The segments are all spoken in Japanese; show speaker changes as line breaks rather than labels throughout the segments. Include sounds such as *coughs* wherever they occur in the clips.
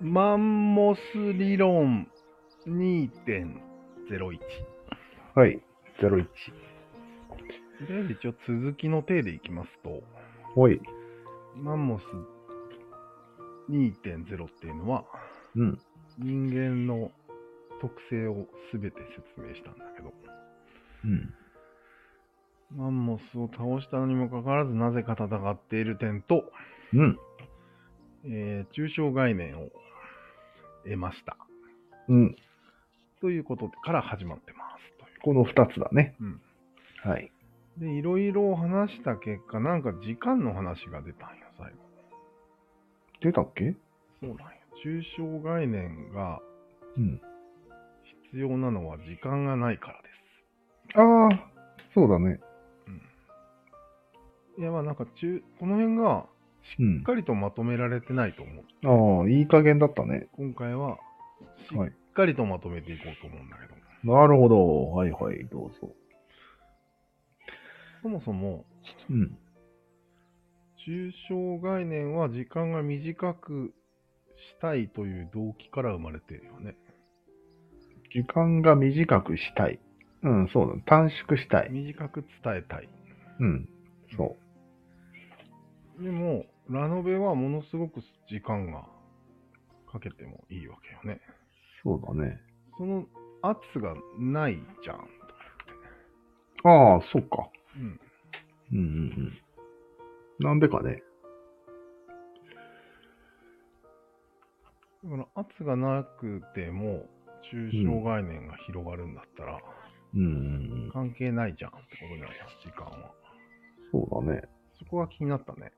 マンモス理論2.01。
はい。01。
とりあえず一応続きの体でいきますと、
おい。
マンモス2.0っていうのは
うん。
人間の特性を全て説明したんだけど、
うん。
マンモスを倒したのにもかかわらずなぜか戦っている点と、
うん。
えー、抽象概念を得ました。
うん。
ということから始まってます。という
この二つだね。
うん。
はい。
で、いろいろ話した結果、なんか時間の話が出たんよ、最後。
出たっけ
そうなんよ。抽象概念が
うん。
必要なのは時間がないからで
ああ、そうだね。
す。いや、まあなんか中、この辺が
う
しっ
ん。
かりとまとめられてないと思う。
ああ、いい加減だったね。
今回は、し
はい
っかりとまとめていこうと思うんだけど。
なるほど。はいはい、どうぞ。
そもそも、
うん。
抽象概念は時間が短くしたいという動機から生まれてるよね。
時間が短くしたい。うん、そうだ。短縮したい。
短く伝えたい。
うん。そ
でも、ラノベはものすごく時間がかけてもいいわけよね。
う。そうだね。
その圧がないじゃん。
ああ、そっか。
うん。
うんうんうん。なんでかね。
だから圧がなくても、抽象概念が広がるんだったら、
うんうんうん。
関係ないじゃんってことじゃないです時間は。
そうだね。
そこが気になったね。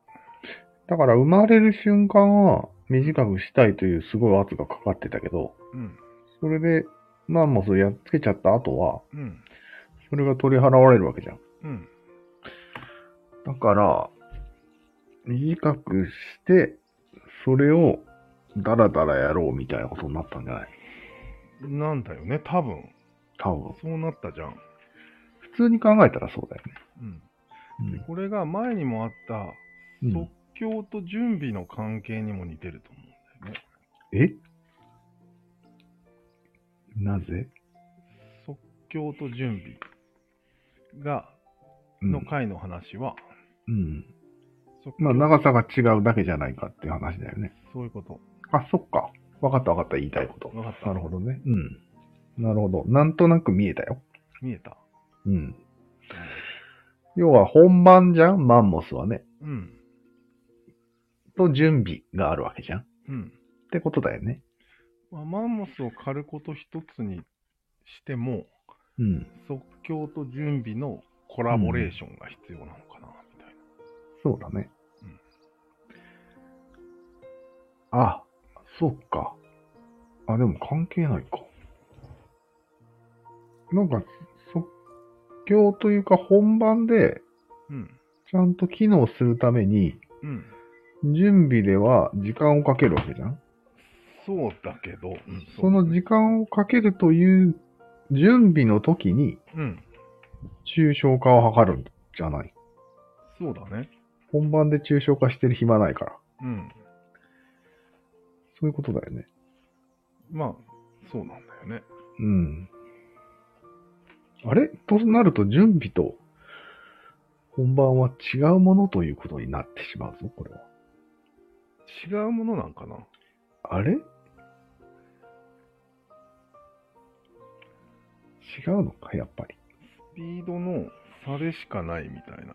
だから生まれる瞬間は短くしたいというすごい圧がかかってたけど、
うん。
それで、マンモスをやっつけちゃった後は、
うん。
それが取り払われるわけじゃん。
うん。
だから、短くして、それをダラダラやろうみたいなことになったんじゃない
なんだよね、多分。
多分。
そうなったじゃん。
普通に考えたらそうだよ
うん。で
ね。
これが前にもあった、
うん
即興と準備の関係にも似てると思うんだよね。
えなぜ、
即興と準備が、
うん
の回の話は、
うん。
即興
まあ、長さが違うだけじゃないかっていう話だよね。
そういうこと。
あ、そっか。わかったわかった、言いたいこと。
わかった。
なるほどね。うん。なるほど。なんとなく見えたよ。
見えた。
うん。要は本番じゃん、マンモスはね。
うん。
と準備があるわけじゃん。っ
うん。
てことだよね。
まあ、マンモスを狩ること一つにしても、
うん。
即興と準備のコラボレーションが必要なのかな、みたい
そうだね。
うん
あ、そっか。あ、でも関係ないか。なんか、即興というか本番で
な。うん。
ちゃんと機能するために、
うん。
準備では時間をかけるわけじゃん
そうだけど、うん
その時間をかけるという準備の時に
うん。
抽象化を図るんじゃない。
そうだね。
本番で抽象化してる暇ないから。
うん。
そういうことだよね。
まあ、そうなんだよね。
うん。あれとなると準備と本番は違うものということになってしまうぞ、これは。
違うものなんかな。
あれ違うのか、やっぱり。
スピードの差でしかないみたいな。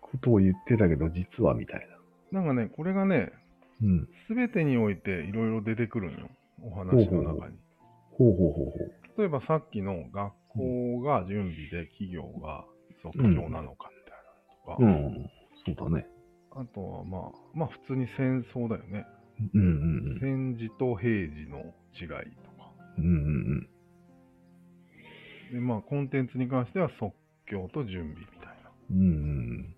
ことを言ってたけど、実はみたい
なんかね、これがね、
な。うん。
すべてにおいていろいろ出てくるんよ。お話の中に。
ほうほうほうほう。
例えばさっきの学校が準備で企業が即興なのかみたいなのとか、
うん。そうだね。
あとはまあ、まあ普通に戦争だよね。
うんうん
戦時と平時の違いとか。
うん。うんうんうん。
でまあコンテンツに関しては即興と準備みたいな。
うんうん
うん。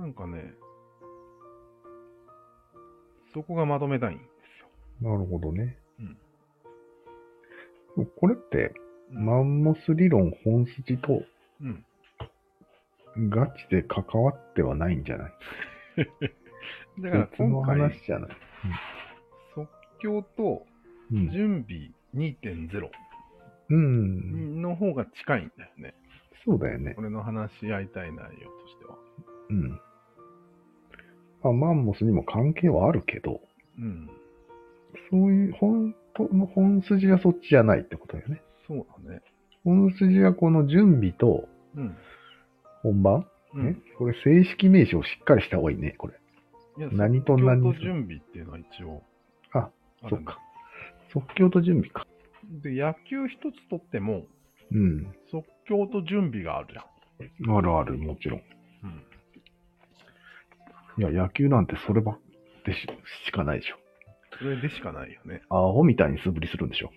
なんかね、そこがまとめたいんですよ。
うん。なるほどね。
うん
うん。これって、
うん
マンモス理論本筋と
うん。
ガチで関わってはないんじゃない
だから
別の
今回、
話じゃない。
即興と
うん。
準備2.0
うん。
の方が近いんだよね。
そうだよね。
俺の話し合いたい内容としては。
うん。まあ、マンモスにも関係はあるけど、
うん。
そういう、本当の本筋はそっちじゃないってことだよね。
そうだね。
本筋はこの準備と
うん。
本番、
うん
ねこれ正式名称しっかりした方がいいね、これ。
いや
何と何
即興
に
と準備っていうのは一応
あ、
あ
そ
る
っ
んだ
か。即興と準備か。
で、野球一つとっても、
うん。
即興と準備があるじゃん。
あるある、もちろん。
うん。
いや、野球なんてそればっでししかないでしょ。
それでしかないよね。
アホみたいに素振りするんでしょ。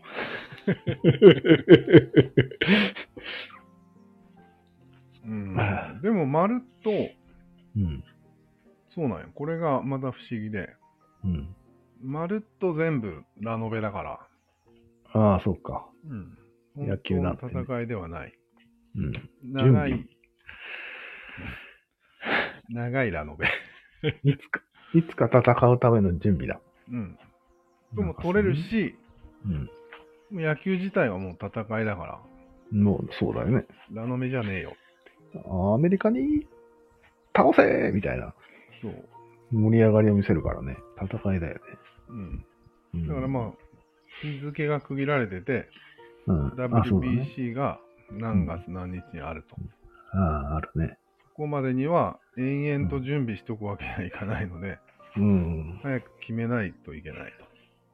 うん
あ。 *laughs*
でも、まるっと、
うん。
そうなんよ。これがまた不思議で、
うん。
まるっと全部ラノベだから、
ああ、そうか。
うん。
野球なんてね
本当の戦いではない。
うん。備
長い、 *laughs* 長いラノベ。
いつか、いつか戦うための準備だ。
うん。とも取れるし、
うん。
もう野球自体はもう戦いだから、
もう、そうだよね。
ラノベじゃねえよ。
アメリカに倒せみたいな
そう。
盛り上がりを見せるからね。戦いだよね。
うん。
うん
だからまあ、日付が区切られてて、
うん、あ、そうだね。
WBC が何月何日にあると。
ああ、あるね。
ここまでには延々と準備しておくわけにはいかないので、
うん、
早く決めないといけない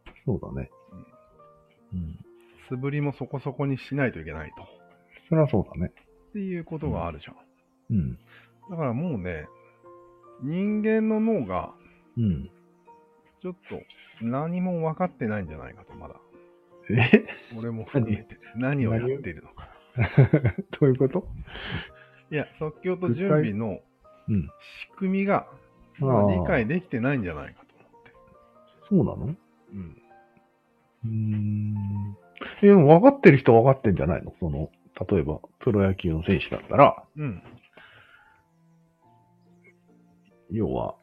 と。
そうだね。うん。
素振りもそこそこにしないといけないと。
そりゃそうだね。
っていうことがあるじゃん。
うん。
だからもうね、人間の脳が
うん。
ちょっと何も分かってないんじゃないかと、まだ。
え *laughs*
俺も含めて何をやっているのか。
どういうこと
いや、即興と準備の
うん。
仕組みが
あ
まあ
ー
理解できてないんじゃないかと思って。
そうなの
うん。
うーん。いや、分かってる人は分かってんじゃないのその、例えば、プロ野球の選手だったら、
うん。
要は、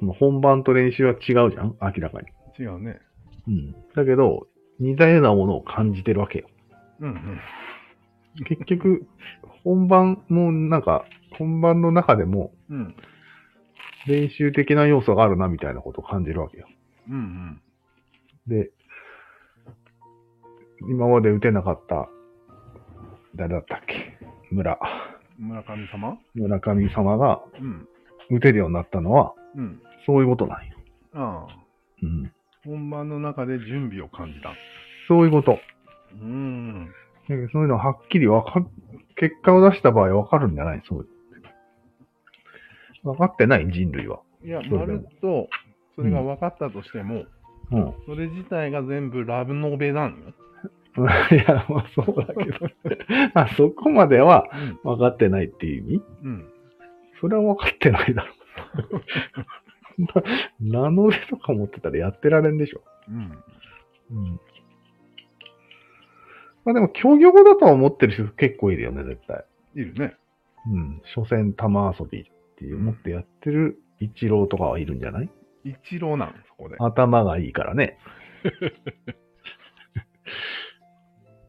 その本番と練習は違うじゃん明らかに。
違うね。
うん。だけど、似たようなものを感じてるわけよ。
うんうん。
結局、本番もなんか、本番の中でも
うん。
練習的な要素があるなみたいなことを感じるわけよ。
うん
で、今まで打てなかった、誰だったっけ村。
うん。村上様
村上様が
うん。
打てるようになったのは、
うん。
そういうことなんよ。
ああ。
うん。
本番の中で準備を感じた。
そういうこと。
うーん。
だけどそういうのははっきりわか、結果を出した場合わかるんじゃないそういう。わかってない人類は。 *laughs*
いや、
そうだ
ま
よ
るっと、それが分かったとしても、
うん。
それ自体が全部ラブノベなんよ。
いや、まあそうだけど。 *laughs* まあそこまでは
うん。
分かってないっていう意味
うん。
それは分かってないだろ *laughs* う。な名乗りとか持ってたらやってられんでしょ。
うん。
うん。まあでも、競技語だとは思ってる人結構いるよね、絶対。
いるね。
うん。所詮玉遊びっていう、思ってやってる一郎とかはいるんじゃない
一郎なん、そこで。
頭がいいか
*laughs*
らね。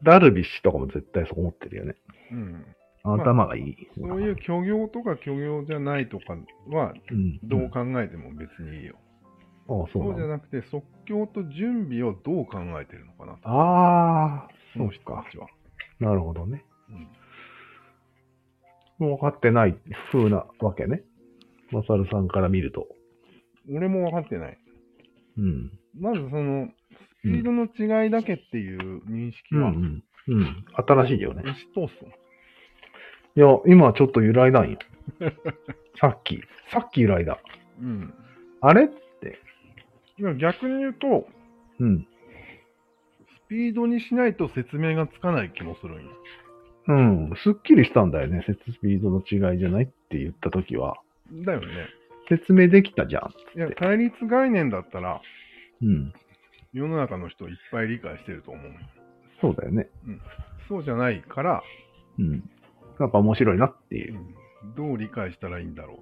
ダルビッシュとかも絶対そう思ってるよね。
うん。
頭がいい。
そういう虚業とか虚業じゃないとかは、
うん、
どう考えても別にいいよ。
ああ、そう
そう
な
じゃ
の
なくて、即興と準備をどう考えてるのかなと。
ああ、
その
そう
人
か
た。ちは。
なるほどね。
うん
分かってない風なわけね。マサルさんから見ると。
俺も分かってない。
うん。
まずその、スピードの違いだけっていう認識
うん、う
は、
ん。うん。新しいよね。
押し通すの
いや、今ちょっと揺らいだん *laughs* よ。さっき。さっき揺らいだ。
うん。
あれ
いや逆に言うと、
うん。
スピードにしないと説明がつかない気もするんよ。
うん。すっきりしたんだよね。説スピードの違いじゃないって言ったときは。
だよね。
説明できたじゃん。
いや、対立概念だったら、
うん。
世の中の人いっぱい理解してると思うよ。
そうだよね。
そうじゃないから、
うん。なんか面白いなっていうう。
んどう理解したらいいんだろうっ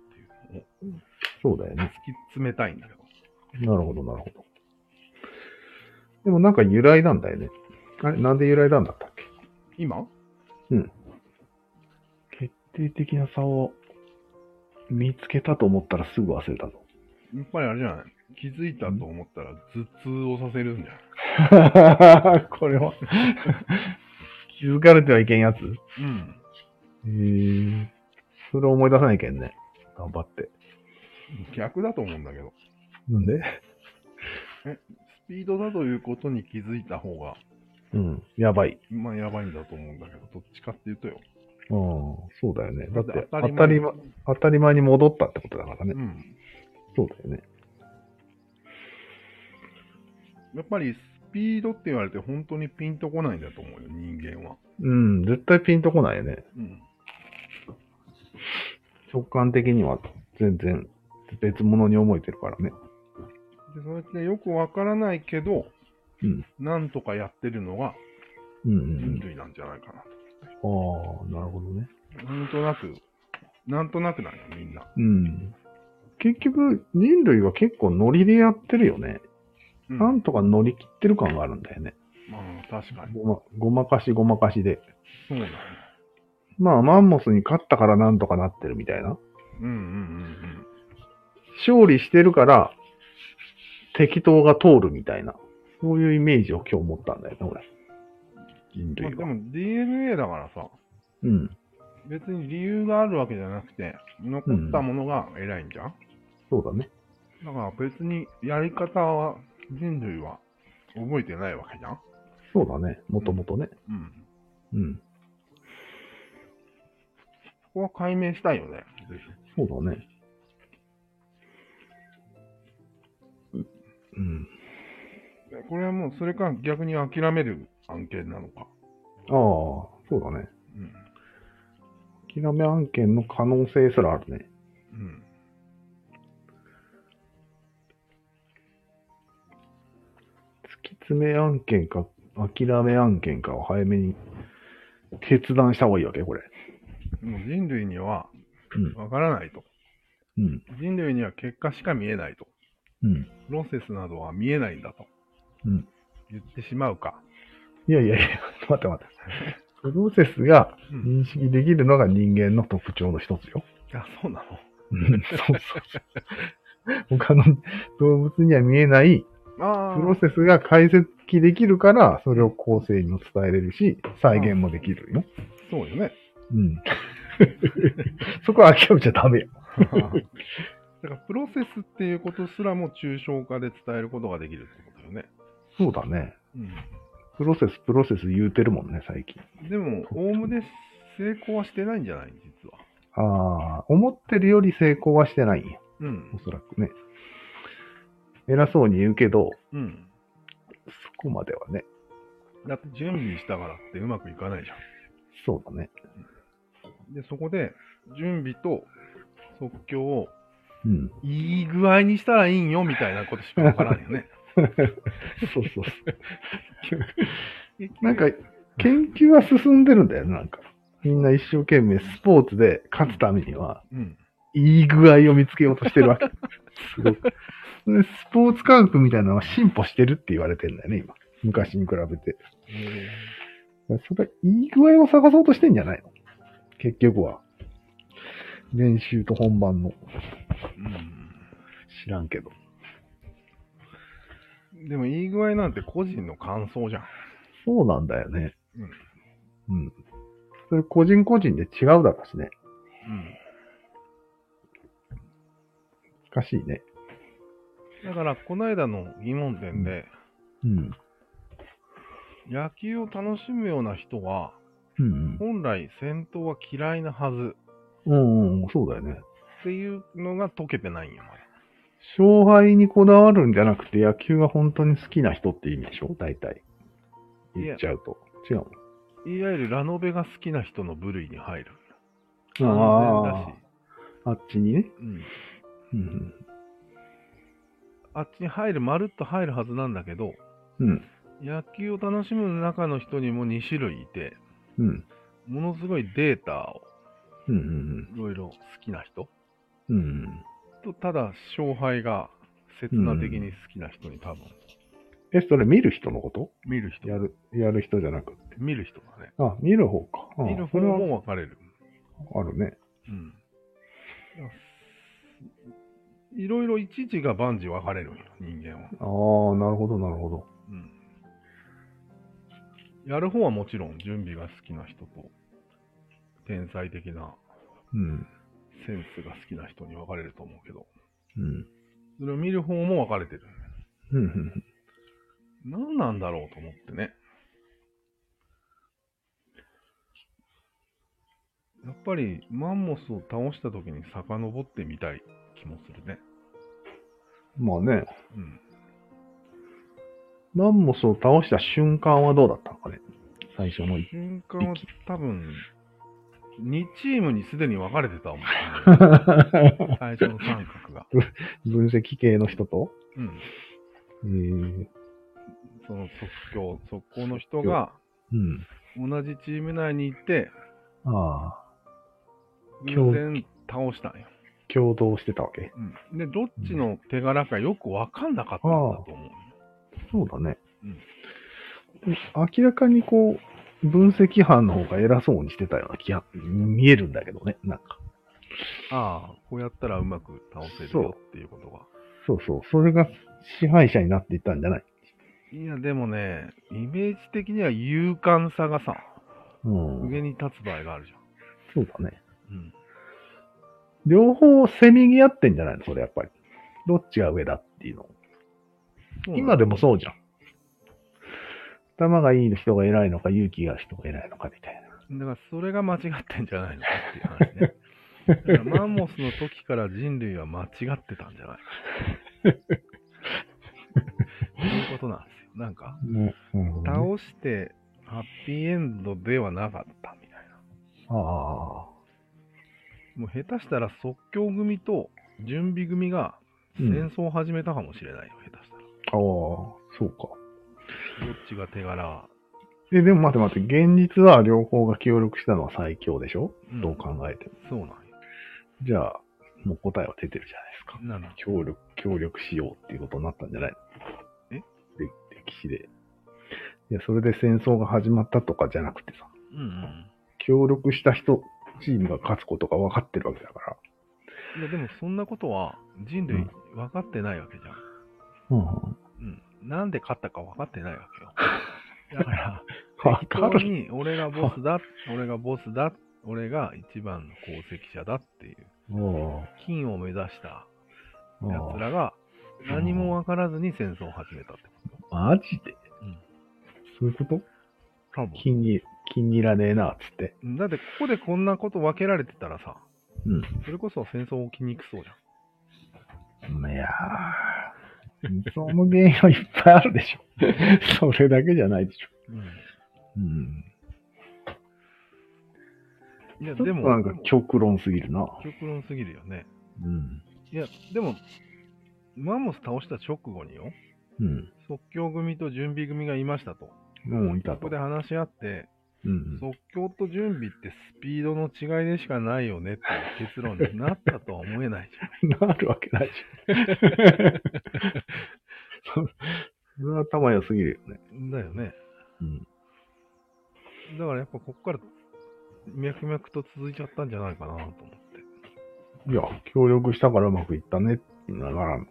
ていうのを
そうだよね。
突き詰めたいんだけど。
なるほど、なるほど。でもなんか由来なんだよね。あれ、なんで由来なんだったっ
今
け決定的な差を見つけたと思ったらすぐ忘れたぞ。
やっぱりあれじゃない気づいたと思ったら頭痛をさせるんじゃない
*laughs* これは、 *laughs* 気づかれてはいけんやつ
うん。
へえ。それを思い出さないけんね。頑張って。
逆だと思うんだけど。
なんで
スピードだということに気づいた方が、
うん。やばい。
まあやばいんだと思うんだけど、どっちかっていうとよ。
うん。そうだよね。だって、
当
当
たり
たり
前
前、当たり前に戻ったってことだからね。
うん。
そうだよね。
やっぱりスピードって言われて本当にピンとこないんだと思うよ、人間は。
うん。絶対ピンとこないよね。
うん。
直感的には全然別物に思えてるからね。
で、それってよくわからないけど、
うん
なんとかやってるのが
うん
人類なんじゃないかな
うんうん。ああ、なるほどね。
と。なんとなく、なんとなくなんよ、みんな。
うん。結局、人類は結構ノリでやってるよね。
うん
なんとか乗り切ってる感があるんだよね。
まあ、確かに。
ごまごまかしごまかしで。
そうだね。
まあ、マンモスに勝ったからなんとかなってるみたいな。
うんうん
勝利してるから、適当が通るみたいな。そういうイメージを今日持ったんだよね、俺。人
うんうん。まあ、
類
で
は。
も DNA だからさ、
うん。
別に理由があるわけじゃなくて、残ったものが偉いんじゃん、
そうだね。
だから別にやり方は人類は覚えてないわけじゃん
そうだね。もともとね。
うん。
うん。
そこは解明したいよね。ぜ
そうだね。うん。
ひこれはもう、それか逆に諦める案件なのか。
ああ、そうだね。
うん。
諦め案件の可能性すらあるね。
うん。
突き詰め案件か、諦め案件かを早めに決断した方がいいわけ、これ。
もう人類には
うん
わからないと。
うん。
人類には結果しか見えないと。
うん。
プロセスなどは見えないんだと。
うん
言ってしまうか。
いやいやいや、待って待って。プロセスが
うん。
認識できるのが人間の特徴の一つよ。
あ、そうなの
うんそうそう。 *laughs* 他の動物には見えない
ああ。
プロセスが解析できるから、それを後世にも伝えれるし、再現もできるよ。
そうよね。
うん。 *laughs* そこは諦めちゃダメよ。
だからプロセスっていうことすらも抽象化で伝えることができるってことだよね。
そうだね。
う
プロセス、プロセス言うてるもんね、最近。
ん、でも、おおむね成功はしてないんじゃない実は。
ああ、思ってるより成功はしてないよ。
うん
お。そらくね。偉そうに言うけど、
うん。
そこまではね。
だって準備したからってうまくいかないじゃ
そうだね。
ん。で、そこで、準備と即興を
うん。
いい具合にしたらいいんよみたいなことしかわからんよ
*laughs*
ね。
そうそうなんか、研究は進んでるんだよね、なんか。みんな一生懸命スポーツで勝つためには、
うん。
いい具合を見つけようとしてるわけ。すごく。でスポーツ科学みたいなのは進歩してるって言われてんだよね、今。昔に比べて。それ、いい具合を探そうとしてんじゃないの結局は。練習と本番の。知らんけど。
うん。でも、いい具合なんて個人の感想じゃん。
そうなんだよね。うん。うん。それ個人個人で違うだろうしね。
うん。
難しいね。
だから、この間の疑問点で、
うん。
野球を楽しむような人は、
うん
本来戦闘は嫌いなはず
うん。うんうん、そうだよね。
っていうのが解けてないんよ、まだ
勝敗にこだわるんじゃなくて野球が本当に好きな人って意味でしょ大体。
いや
言っちゃうと。違う
いわゆるラノベが好きな人の部類に入る。
の
安全だし、
あーあっちにね。
うん、
うん。
あっちに入る、まるっと入るはずなんだけど、
うん。
野球を楽しむ中の人にも2種類いて、
うん。
ものすごいデータを
うん
い
うん
ろいろ好きな人
うん。うん。
と、ただ勝敗が刹那的に好きな人に多分、
え、それ見る人のこと
見る人、
やる、やる人じゃなくて。
見る人だね。
あ、見る方か。あ
見る
そ
方
れは
も分かれる。
あるね。
うん。いろいろいちいちが万事分かれるんよ、人間は。
ああ、なるほど、なるほど。
うん。やる方はもちろん準備が好きな人と、天才的な
うん。
センスが好きな人に分かれると思うけど、
うん。
それを見る方も分かれてる。
うんうん。
何なんだろうと思ってね。やっぱりマンモスを倒した時に遡ってみたい気もするね。
まあね、
うん。
マンモスを倒した瞬間はどうだったのかね。最初の一。
瞬間は多分、2チームにすでに分かれてたもん、ね。 *laughs* 最初の三角が。
分析系の人と、
うん。
えー、
その即興、速攻の人が
うん。
同じチーム内にいて、
ああ、
偶然倒したんよ。
共同してたわけ。
うん。で、どっちの手柄かよく分かんなかったんだと思う。
そうだね。
うん
明らかにこう、分析班の方が偉そうにしてたような気が見えるんだけどね、なんか。
ああ、こうやったらうまく倒せるよっていうことが。
そうそう、それが支配者になっていったんじゃない
いや、でもね、イメージ的には勇敢さがさ、
うん。
上に立つ場合があるじゃん。
そうだね。
うん。
両方せめぎ合ってんじゃないのそれやっぱり。どっちが上だっていうの。今でもそうじゃん。頭がいい人が偉いのか、勇気がある人が偉いのかみたいな。
だからそれが間違ってんじゃないのかっていう話ね。だからマンモスの時から人類は間違ってたんじゃ
*laughs*
ないか。そういうことなんですよ。なんか、
ね、なるほ
倒してハッピーエンドではなかったみたいな。
ああ。
もう下手したら即興組と準備組が戦争を始めたかもしれないよ、下手したら。
ああ、そうか。
どっちが手柄、
え、でも待って待って、現実は両方が協力したのは最強でしょ、
うん
どう考えても。
そうなんよ。
じゃあ、もう答えは出てるじゃないですか。
なんだ
協力、協力しようっていうことになったんじゃない
え
で歴史で。いや、それで戦争が始まったとかじゃなくてさ、
うんうん。
協力した人、チームが勝つことが分かってるわけだから。
いや、でもそんなことは人類分かってないわけじゃん。
うん *laughs* うん。
うん。なんで勝ったか分かってないわけ
*laughs*
よ。だから、
分か
本当
る。
に俺がボスだ、俺がボスだ、俺が一番の功績者だっていう、
うん
金を目指した
うん
奴らが何も分からずに戦争を始めたってこと。
マジで、
うん
そういうこと
多分。
気に、気に入らねえな、つって。
だってここでこんなこと分けられてたらさ、
うん。
それこそ戦争起きにくそうじゃん。
いやー、その原因はいっぱいあるでしょ。 *laughs* それだけじゃないでしょ。うん。
うん。いや、
で
で
も
も、
なんか
でも
極論すぎるな。
極論すぎるよね。
うん。
いや、でも、マンモス倒した直後によ、
うん。
即興組と準備組がいましたと。
もういた
そことで。話し合って、
うん。
即興と準備ってスピードの違いでしかないよねっていう結論になったとは思えないじ
なるわけな
*laughs*
いじゃん。それは頭良すぎるよね。
ゃん。だよね。
うん。
だからやっぱこっから脈々と続いちゃったんじゃないかなと思って。
いや、協力したからうまくいったねって言いながら。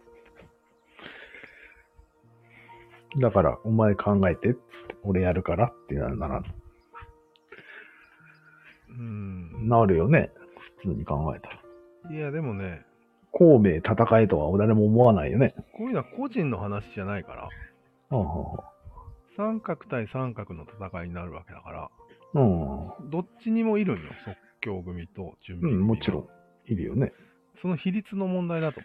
だから、お前考えてっつって、俺やるからってなるなら、
うーん。
なるよね。普通に考えたら。
いや、でもね、
神戸戦えとは誰も思わないよね。
こういうのは個人の話じゃないから、
うん
三角対三角の戦いになるわけだから、
うん。
どっちにもいるんよ、即興組と準備
う
組は。
ん、もちろん、いるよね。
その比率の問題だと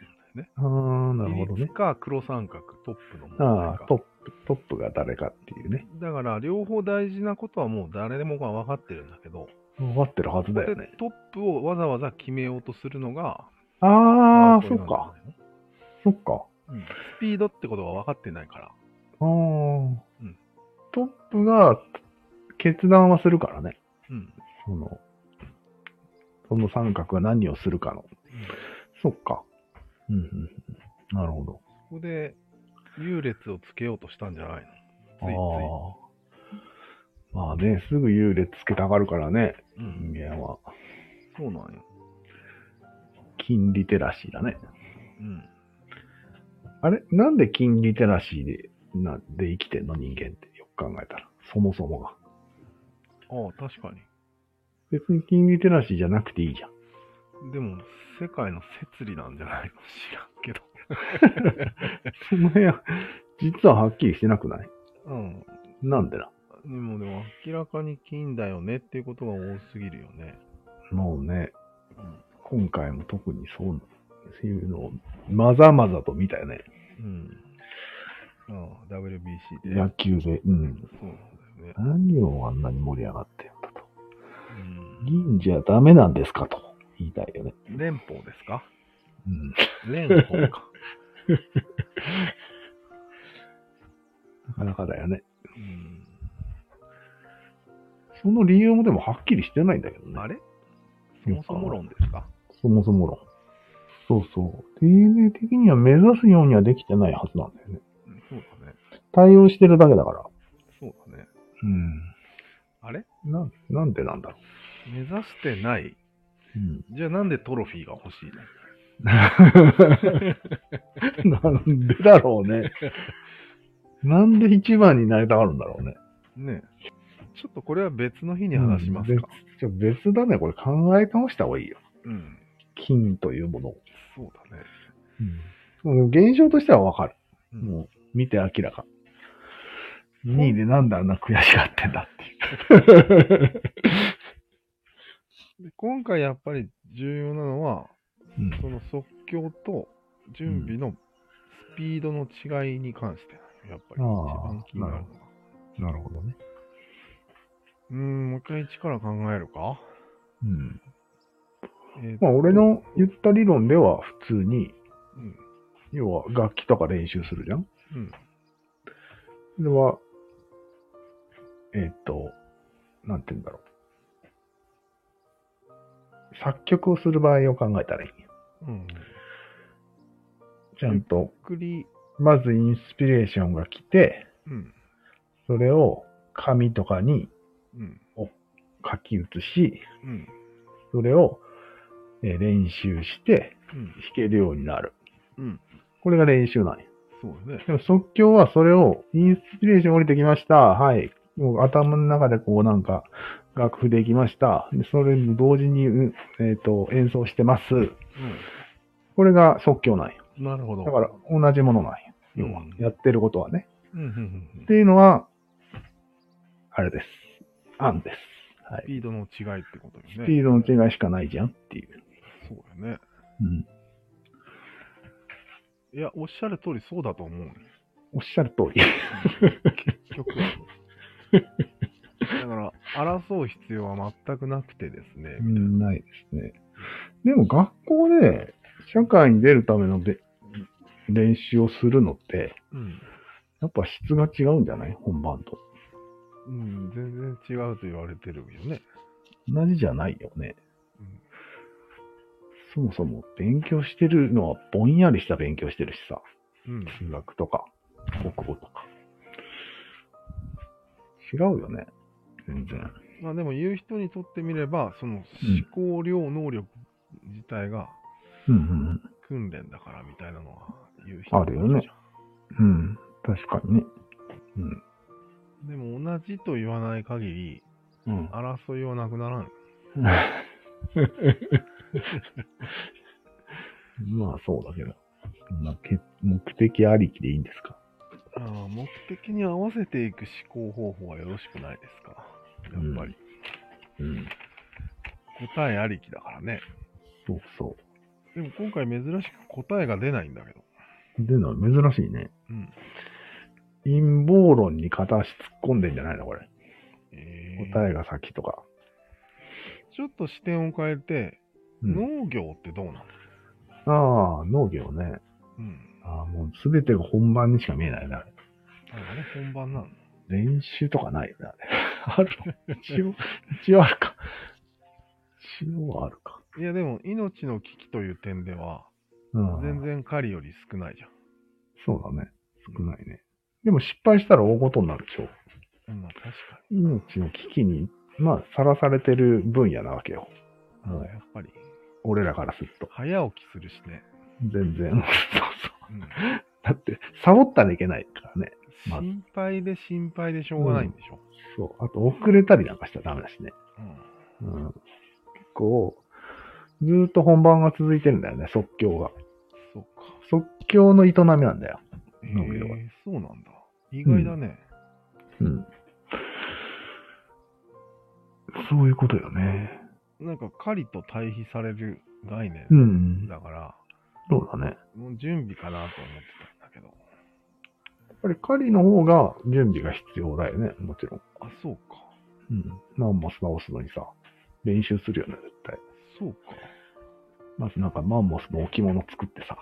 思うんだよね。
ああ、なるほど
比
ね
率。か黒三角、トップの問
あ
題
あ、
か。
トップ、トップが誰かっていうね。
だから両方大事なことはもう誰でもが分かってるんだけど、
分かってるはずだよね。
でトップをわざわざ決めようとするのが、
ああ、
争
そ
い
っ
なんだよ
か、
ね
そっか。
うんスピードってことが分かってないから。
ああ、
ん
トップが決断はするからね。
うん。
その、その三角が何をするかの。そっか。うんうんうん。なるほど。
ここで優劣をつけようとしたんじゃないの
ああ。まあね、すぐ優劣つけたがるからね、
ついつい。うん、
人間は。
そうなんよ。
金利テラシーだね。
うん。
あれなんで金利テラシーで、な、で生きてんの人間ってよく考えたら。そもそもが。
ああ、確かに。
別に金利テラシーじゃなくていいじゃん。
でも、世界の摂理なんじゃないの知らんけど。
その辺は、 *laughs* 実ははっきりしてなくない
うん。
なんでな。
でもでも明らかに金だよねっていうことが多すぎるよね。
もうね、
うん。
今回も特にそう、そういうのを、まざまざと見たよね。
うん。ああ、WBC で。
野球で。うん。
そうなんだよね。
何をあんなに盛り上がってんだと。
うん
銀じゃダメなんですかと言いたいよね。
連邦ですか
うん。
連邦 *laughs* か。
なかなかだよね。
うん。
その理由もでもはっきりしてないんだけどね。
あれそもそも論ですか
そもそも論。そうそう。DNA 的には目指すようにはできてないはずなんだよね。
うんそうだね。
対応してるだけだから。
そうだね。
うん。
あれ
な、なんでなんだろ。
目指してないう
うん。
じゃあなんでトロフィーが欲しいの
*laughs* なんでだろうね。なんで一番になりたがるんだろうね。
ねえちょっとこれは別の日に話しますか。
じゃ別だね。これ考え直した方がいいよ。
うん。
金というものを。
そうだね。
うん、現象としてはわかる。
うん
もう、見て明らか。2位でなんであんな悔しがってんだっていう。
で今回やっぱり重要なのは、
うん
その即興と準備のスピードの違いに関してなのよ、やっぱり
あ
一
あ
番気になるのが。
なるほどね。
うーん、もう一回一から考えるか。
うん。
えーと
まあ、俺、の言った理論では普通に、
うん、
要は楽器とか練習するじゃん
うん、
それは、えーっと、なんて言うんだろう。作曲をする場合を考えたらいいよ。
うん。
ちゃんと、
くり、
まずインスピレーションが来て、
うん、
それを紙とかに
うん、
書き写し、
うん、
それをえー練習して
うん、
弾けるようになる。
うん。
これが練習なんや。
そうだね。
でも即興はそれを、インスピレーション降りてきました。はい。もう頭の中でこうなんか、楽譜できました。でそれと同時に、うえっ、と、演奏してます。これが即興なんや。
うん、なるほど。
だから同じものなんや。
う
要
ん
は、やってることはね。
うん、うん、うん
っ
う
て
ん。
いうのは、あれです。案です。は
ス
い。
ピードの違いってことよね。
スピードの違いしかないじゃんっていう。
そうだよね。
うん。
いや、おっしゃる通りそうだと思
*laughs*
うね。
おっしゃる通り。
結局は。だから、争う必要は全くなくてですね。
うん、ないですね。でも学校で社会に出るためので練習をするのって、
うん。
やっぱ質が違うんじゃない本番と。
うん、全然違うと言われてるよね。
同じじゃないよね
うん。
そもそも勉強してるのはぼんやりした勉強してるしさ。
うん。
数学とか、国語とか。違うよね。全然。
まあでも言う人にとってみれば、その思考量能力自体が
うんうん
訓練だからみたいなのは言う人もい
あるよね
じゃん。
うん。うん。確かにね。うん。
でも同じと言わない限り、
うん。
争いはなくならん。
*laughs* まあそうだけど。そんなけ目的ありきでいいんですか
あー目的に合わせていく思考方法はよろしくないですか。やっぱり。
うん。
答えありきだからね。
そうそ
でも今回珍しく答えが出ないんだけど。
う。での、珍しいね。
うん。
陰謀論に片足突っ込んでんじゃないのこれ。
えー
答えが先とか。
ちょっと視点を変えて、
うん、
農業ってどうなの
ああ、農業ね。
うん。
ああ、もう全てが本番にしか見えないね。あれ
あれ本番なの
*laughs* 練習とかないよね。あれある一応、一応あるか。のはあるか。
いやでも、命の危機という点では、
うん。
全然狩りより少ないじゃん。
そうだね。少ないね。でも失敗したら大事になるでしょ。
うん、まあ確か
命の危機に、まあ、さらされてる分野なわけよ。
に。
もう
やっぱり、
俺らからすると。
早起きするしね。
全然。 *laughs* そうそう。
うん
だって、サボったらいけないからね。 *laughs* まあ
心配で心配でしょうがないんでしょ。
そう。あと、遅れたりなんかしたらダメだしね。
うん。
うん。結構、ずーっと本番が続いてるんだよね、即興が。
そうか。
即興の営みなんだよ。
え
なるほど
ー、そうなんだ。意外だね。
うん。そういうことよね。
なんか狩りと対比される概念
うん。
だから、
そうだね。
もう準備かなと思ってたんだけど。
やっぱり狩りの方が準備が必要だよね、もちろん。
あ、そうか。
うん。マンモス直すのにさ、練習するよね、絶対。
そうか。
まずなんかマンモスの置物作ってさ。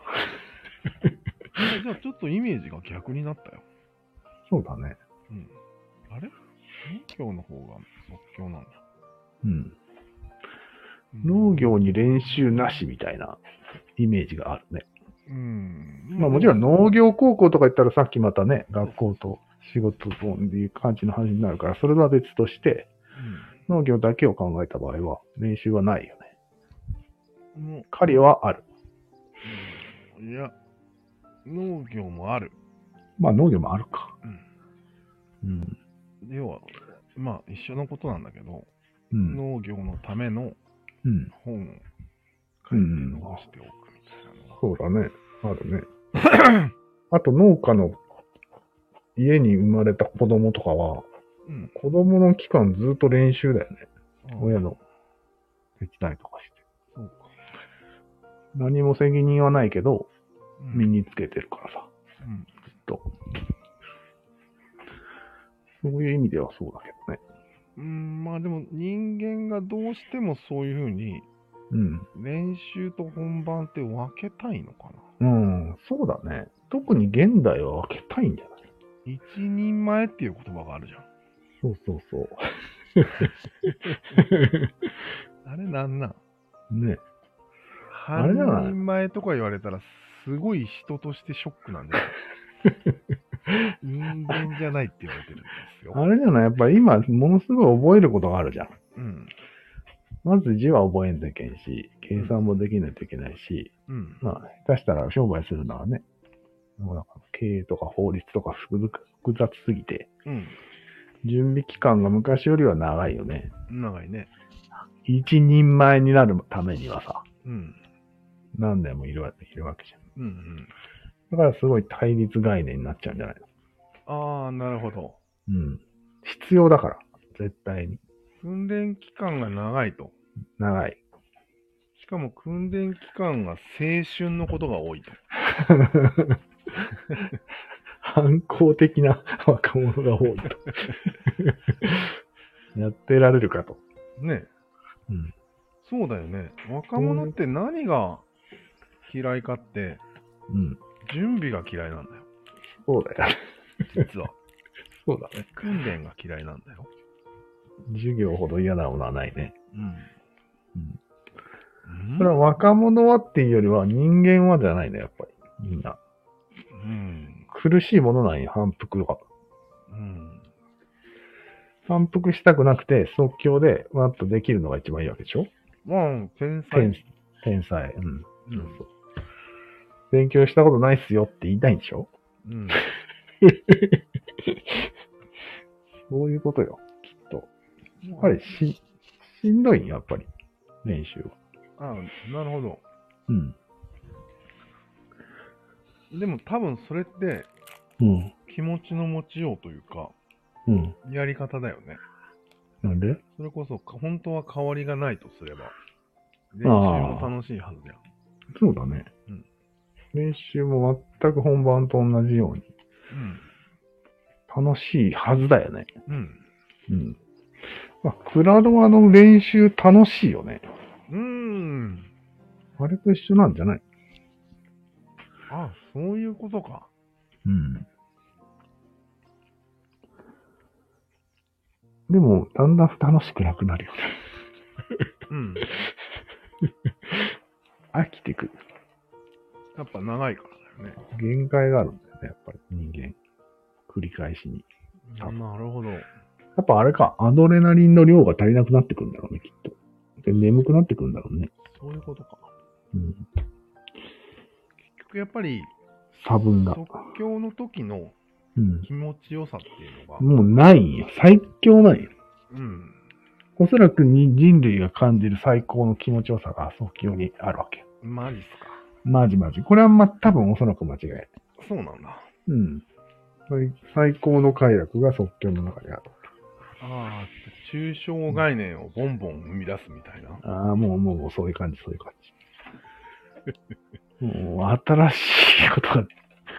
えじゃあちょっとイメージが逆になったよ。
そうだね。
うん。あれ農業の方が即興なんだ。
うん。
うん
農業に練習なしみたいなイメージがあるね。
うん。
まあもちろん農業高校とか言ったらさっきまたね、学校と仕事とっていう感じの話になるから、それは別として、農業だけを考えた場合は練習はないよね。
うん。も
狩りはある。
ういや、農業もある。
まあ農業もあるか。
うん。
うん。
要は、まあ一緒のことなんだけど、
うん。
農業のための
うん。
本を書いて残しておくみたいなのが。
そうだね。あるね。 *coughs* あと農家の家に生まれた子供とかは、
うん。
子供の期間ずっと練習だよね。親
あ
の手伝いとかして。
そうか。
何も責任はないけど、
うん
身につけてるからさ。
うん
ずっと。そういう意味ではそうだけどね。
うん、まあでも人間がどうしてもそういうふうに
うん。
練習と本番って分けたいのかな。
うん、そうだね。特に現代は分けたいんじゃない
一人前っていう言葉があるじゃん。
そうそうそう。
あれなんなん
*laughs* ね。
半
れじゃない
人前とか言われたらすごい人としてショックなんじゃ
*laughs*
ない人間じゃないって言われてるんですよ。
あれじゃないやっぱり今、ものすごい覚えることがあるじゃん。
うん。
まず字は覚えんといけんし、計算もできないといけないし、
うん。
まあ、下手したら商売するならね、もうなんか経営とか法律とか複雑すぎて、
うん。
準備期間が昔よりは長いよね。
長いね。
一人前になるためにはさ、
うん。
何年もいるわいるわけじゃん。
うんうん。
だからすごい対立概念になっちゃうんじゃないの
ああ、なるほど。
うん。必要だから、絶対に。
訓練期間が長いと。
長い。
しかも訓練期間が青春のことが多いと。
反抗的な若者が多いと。 *laughs* やってられるかと。
ね。
うん。
そうだよね。若者って何が嫌いかって、
うん。
準備が嫌いなんだよ。
そうだよ。
実
*laughs*
は。
そうだね。
訓練が嫌いなんだよ。
授業ほど嫌なものはないね。
うん。
それは若者はっていうよりは人間はじゃないね、やっぱり。みんな。
うん。
苦しいものなんよ、反復は。
うん。
反復したくなくて、即興でわっとできるのが一番いいわけでしょ
まあ、天才。
天天才。うん。
う
そうんそう。勉強したことないっすよって言いたいんでしょ
うん。
そういうことよ、きっと。やっぱりし、しんどいんよやっぱり。練習は。
ああ、なるほど。
うん。
でも多分それって
うん。
気持ちの持ちようというか、
うん。
やり方だよね。
なんで
それこそ、か本当は変わりがないとすれば、練習
あー
も楽しいはずだよ。
そうだね。
うん
練習も全く本番と同じように。楽しいはずだよね。
うん。うん。
うん。まあ、クラロワの練習楽しいよね。
うーん。
あれと一緒なんじゃない
あ、そういうことか。
うん。でも、だんだん楽しくなくなるよね。
うん。
飽きてくる。
やっぱ長いからだよね。
限界があるんだよね、やっぱり人間。繰り返しに。
あなるほど。
やっぱあれか、アドレナリンの量が足りなくなってくるんだろうね、きっと。で、眠くなってくるんだろうね。
そういうことか。
うん。
結局やっぱり、
差分が。
即興の時の
うん。
気持ちよさっていうのが、
もうないんよ。最強なんよ。
うん。
おそらくに人類が感じる最高の気持ちよさが即興にあるわけよ。
マジっす
マジマジ。これはま、多分おそらく間違いない。
か。そうなんだ。
うん。最最高の快楽が即興の中にある。
ああ、抽象概念をボンボン生み出すみたいな。
ああ、もう、もう、そういう感じ、そういう感じ。もう、新しいことが、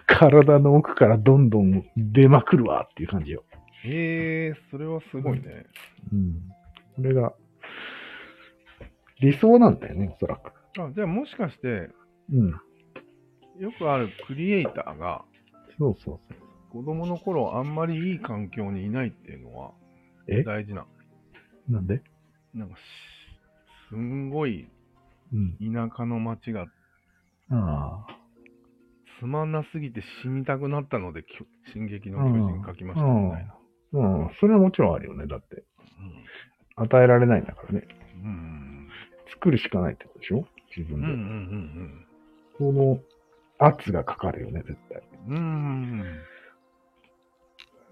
体の奥からどんどん出まくるわっていう感じよ。
ええー、それはすごいね。
うん。これが、理想なんだよね、おそらく。
あじゃあもしかして、
うん。
よくあるクリエイターが、
そうそうそう。
子供の頃あんまりいい環境にいないっていうのは
え
大事な。
なんで
なんかし、すんごい
うん。
田舎の街が
ああ。
つまんなすぎて死にたくなったので、きょ進撃の巨人書きましたみたいな。
うん。それはもちろんあるよね。だって、与えられないんだからね。
うん。
作るしかないってことでしょ自
うんうん
分
うん
で。その圧がかかるよね、絶対。
うんうん。うん。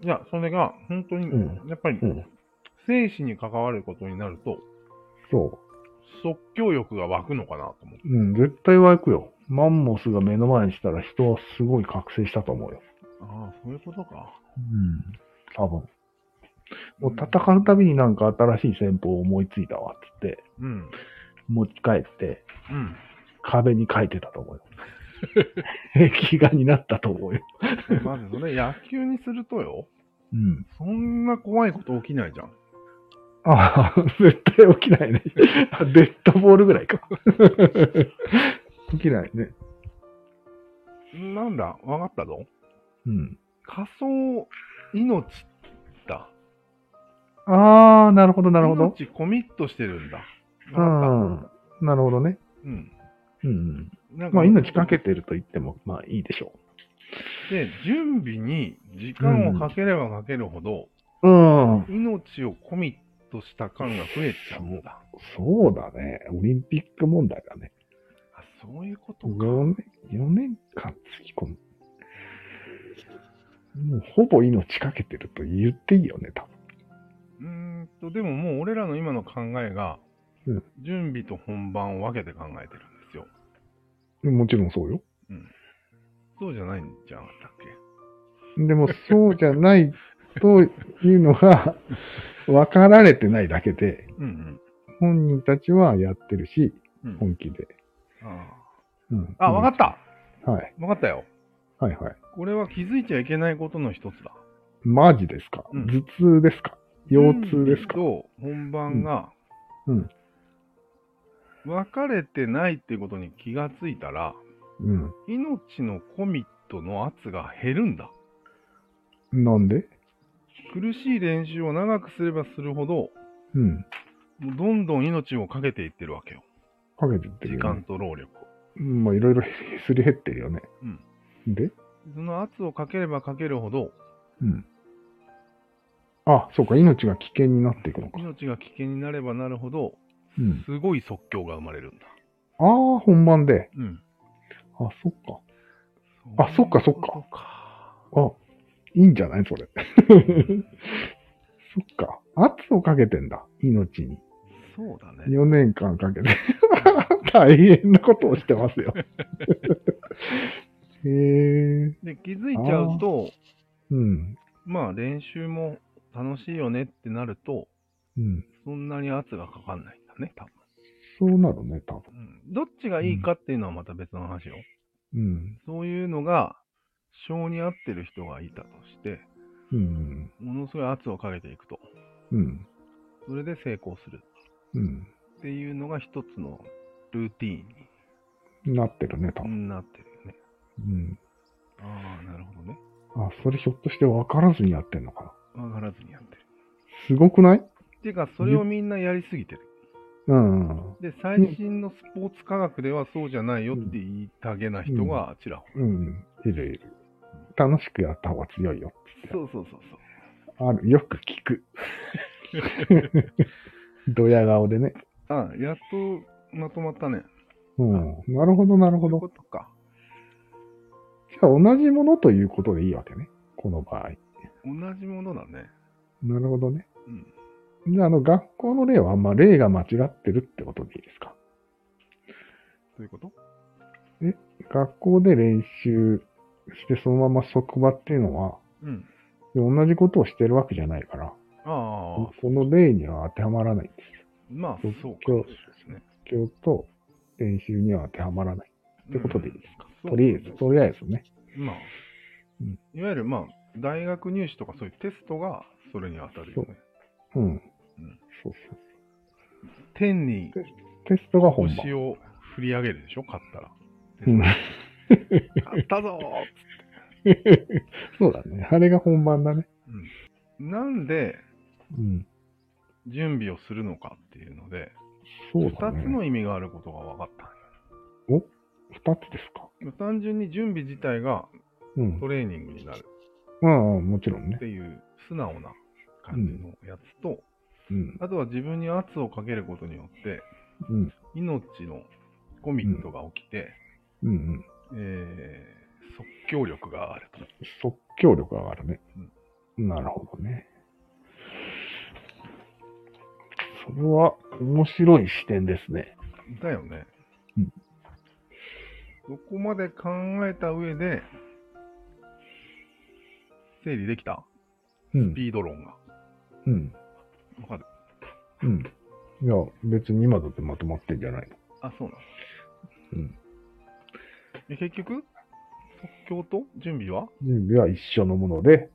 いや、それが本当に
う、
やっぱり
うん。
生死に関わることになると、
そう。
即興欲が湧くのかなと思って。
うん、絶対湧くよ。マンモスが目の前にしたら人はすごい覚醒したと思うよ。
ああ、そういうことか。
うん。多分。もう戦うたびになんか新しい戦法を思いついたわ、つって、
うん。
持ち帰って、
うん。
壁に書いてたと思う *laughs* よ。壁画になったと思うよ。
まずそれ野球にするとよ、
うん。
そんな怖いこと起きないじゃん。
ああ、絶対起きない *laughs* ね。デッドボールぐらいか。起きないね。
なんだ、わかったぞ。
うん。
仮想命だ。
ああ、なるほど、なるほど。
命コミットしてるんだ。
う
わかっ
ん。なるほどね。
たうん。
うん。
なん
*laughs* まあ、命かけ
て。
てると言っても、まあいいでしょ
準備に時間をかければかけるほど、
う。うん。
命をコミットした感が増えちゃうんだ。
そうだね。オリンピック問題だね。
あそういうことか。
4年、4年間突き込む。もうほぼ命かけてると言っていいよね、多
うーんと、でももう俺らの今の考えが
うん、
準備と本番を分けて考えてるんですよ。
分。もちろんそうよ。
そうじゃないんじゃなかったっけ
でもそうじゃないという
*laughs*
のが分かられてないだけで、
うん
本人たちはやってるし、
うん。うん、
本気で。うん、
あ、わか
っ
った
た。はい。
わかったよ。
はいはい。
これは気づいちゃいけないことの一つだ。
マジですか、
うん
頭痛ですか腰痛です
準
か
備と本番が、
うんうん
分かれてないっていうことに気がついたら、
うん。
命のコミットの圧が減るんだ。
なんで
苦しい練習を長くすればするほど、
うん。
もうどんどん命をかけていってるわけよ。
かけてって
時
る、ね。
間と労力を。
うんまあいろいろ *laughs* すり減ってるよね。
うん
で
その圧をかければかけるほど、
うん。あ、そうか、命が危険になっていくのか。
命が危険になればなるほど、
うん。
すごい即興が生まれるんだ。
ああ、本番で。
うん。
あ、そっか。あそっかそ
ういう
っか
ことか。
あ、いいんじゃないそれ。 *laughs* そっか。圧をかけてんだ。命に。
そうだね。
4年間かけて。 *laughs* 大変なことをしてますよ。 *laughs* へえ。
で、気づいちゃうと、
うん。
まあ練習も楽しいよねってなると、
うん。
そんなに圧がかかんないんだね、多分。
そうなるね、多分。
うん、どっちがいいかっていうのはまた別の話よ。
うん。
そういうのが、性に合ってる人がいたとして、
うん。
ものすごい圧をかけていくと。
うん。
それで成功する
うん。
っていうのが一つのルーティー
なってるね、多分。
ンになってるよね。
うん。
ああ、なるほどね。
あ、それひょっとして分からずにやってんのかな。
わからずにやってる。
すごくない
てか、それをみんなやりすぎてる。
うんうん。
で、最新のスポーツ科学ではそうじゃないよって言いたげな人がちらほ
うん。いるいる。楽しくやった方が強いよ。
ら。そうそうそうそう。
ある。よく聞く。 *laughs* ドヤ顔でね。
あやっとまとまったね。
うん。なるほど、なるほ
そういう
ど。
ことか。
じゃあ同じものということでいいわけね。この場合。
同じものだね。
なるほどね。
うん。
じゃあ、あの、学校の例は、まあ、例が間違ってるってことでいいですか
そういうこと
学校で練習して、そのまま職場っていうのは、
うん。
同じことをしてるわけじゃないから、
ああ、
その例には当てはまらないんですよ。
まあ、そうか
今
も
日
しれないですね。
今日と練習には当てはまらない。ってことでいいです
う
か、
ん
とりあえず、とりあえずね。
まあ
うん、
いわゆるまあ、大学入試とかそういうテストがそれに当たるよね。
うん。そうそう。
天に
テストが本番
星。を振り上げるでしょ、勝ったら。
うん、 *laughs*
勝ったぞーっ
そうだね。あれが本番だね。
つなんで
うん。
準備をするのかっていうので、
そう
二
だね。
つの意味があることが分かったんよ
二つですか。
単純に準備自体が
うん
ト。レーニングになる
まあ、もちろんね
っ。ていう素直な感じのやつと、
うん。
あとは自分に圧をかけることによって、
うん。
命のコミットが起きて、
うんうん。
えー即興力があると。
即興力が上がるね。なるほどね。それは面白い視点ですね。
だよね。
うん
そこまで考えた上で、整理できたス
うん。
ピード論が。
うん。
わかる
うん。いや、別に今だってまとまってんじゃないの。
あ、そうなの。
うん。
で結局、即興と準備は *laughs*
準備は一緒のもので、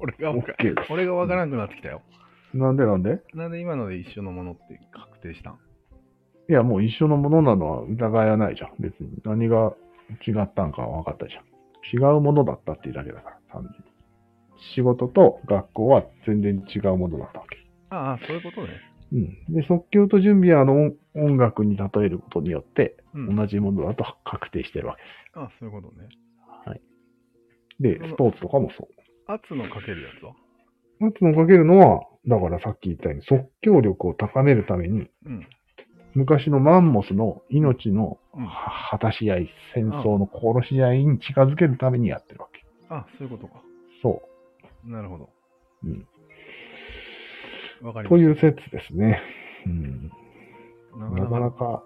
俺がわ *laughs* か
OK で
俺がわからなくなってきたよ。
す。なんでなんで
なんで今ので一緒のものって確定したん
いや、もう一緒のものなのは疑いはないじゃん。別に何が違ったんかは分かったじゃん。違うものだったっていうだけだから、単純に。仕事と学校は全然違うものだったわけ。
ああ、そういうことね。
うん。で、即興と準備はあの音音楽に例えることによって、
うん。あ
同じものだと確定してるわ
あ、そういうことね。
け。で
そ、の
スポーツとかもそう。
圧のかけるやつは
夏のかけるのは、だからさっき言ったように即興力を高めるために、
うん。
昔のマンモスの命の
うん
は果たし合い、戦争の殺し合いに近づけるためにやってるわけ。
あ、そういうことか。
そ
なるほど。
う。うん、
わかりま
と
し
いう説ですね。うん、
た。な
な
か
か
な
な
か
か、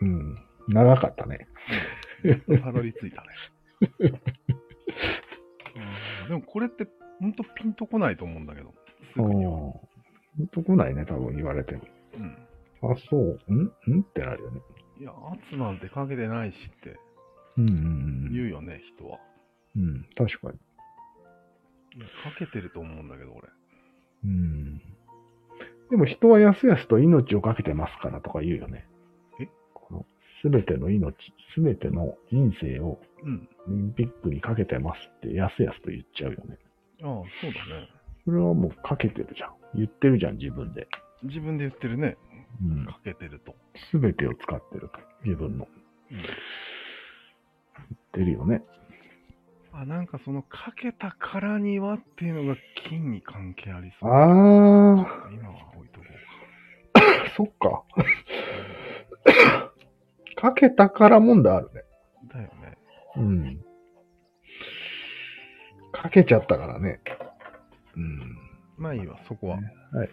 うん、長かったね。
たどり着いたね。
*laughs*
うんでもこれって本当ピンとこないと思うんだけど。す
う
ぐには。
ん。とこないね、多分言われても。
うん。
あ、そう。んんってなるよね。
いや、圧なんてかけてないしって
うんうん
言うよね、人は。
うん。うん、確かに。
いやかけてると思うんだけど、俺。
うん。でも人はやすやすと命をかけてますからとか言うよね。
え
この、すべての命、すべての人生を
うん。
オリンピックにかけてますってやすやすと言っちゃうよね。
ああ、そうだね。
それはもうかけてるじゃん。言ってるじゃん、自分で。
自分で言ってるね。
うん。
かけてると。
すべてを使ってると。自分の。
うん
言ってるよね。
あ、なんかそのかけたからにはっていうのが金に関係ありそう。
あ
今は置いとこう
ー、そっか。 *coughs* かけたから問題あるね。
か。だよね。
うん。かけちゃったからね。うん。
まあいいわ、そこは。えー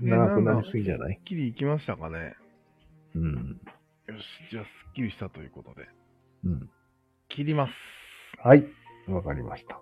長くなりすぎじゃない
すっきりいきましたかね。
うん。
よし、じゃあすっきりしたということで。
うん。
切ります。
はい。わかりました。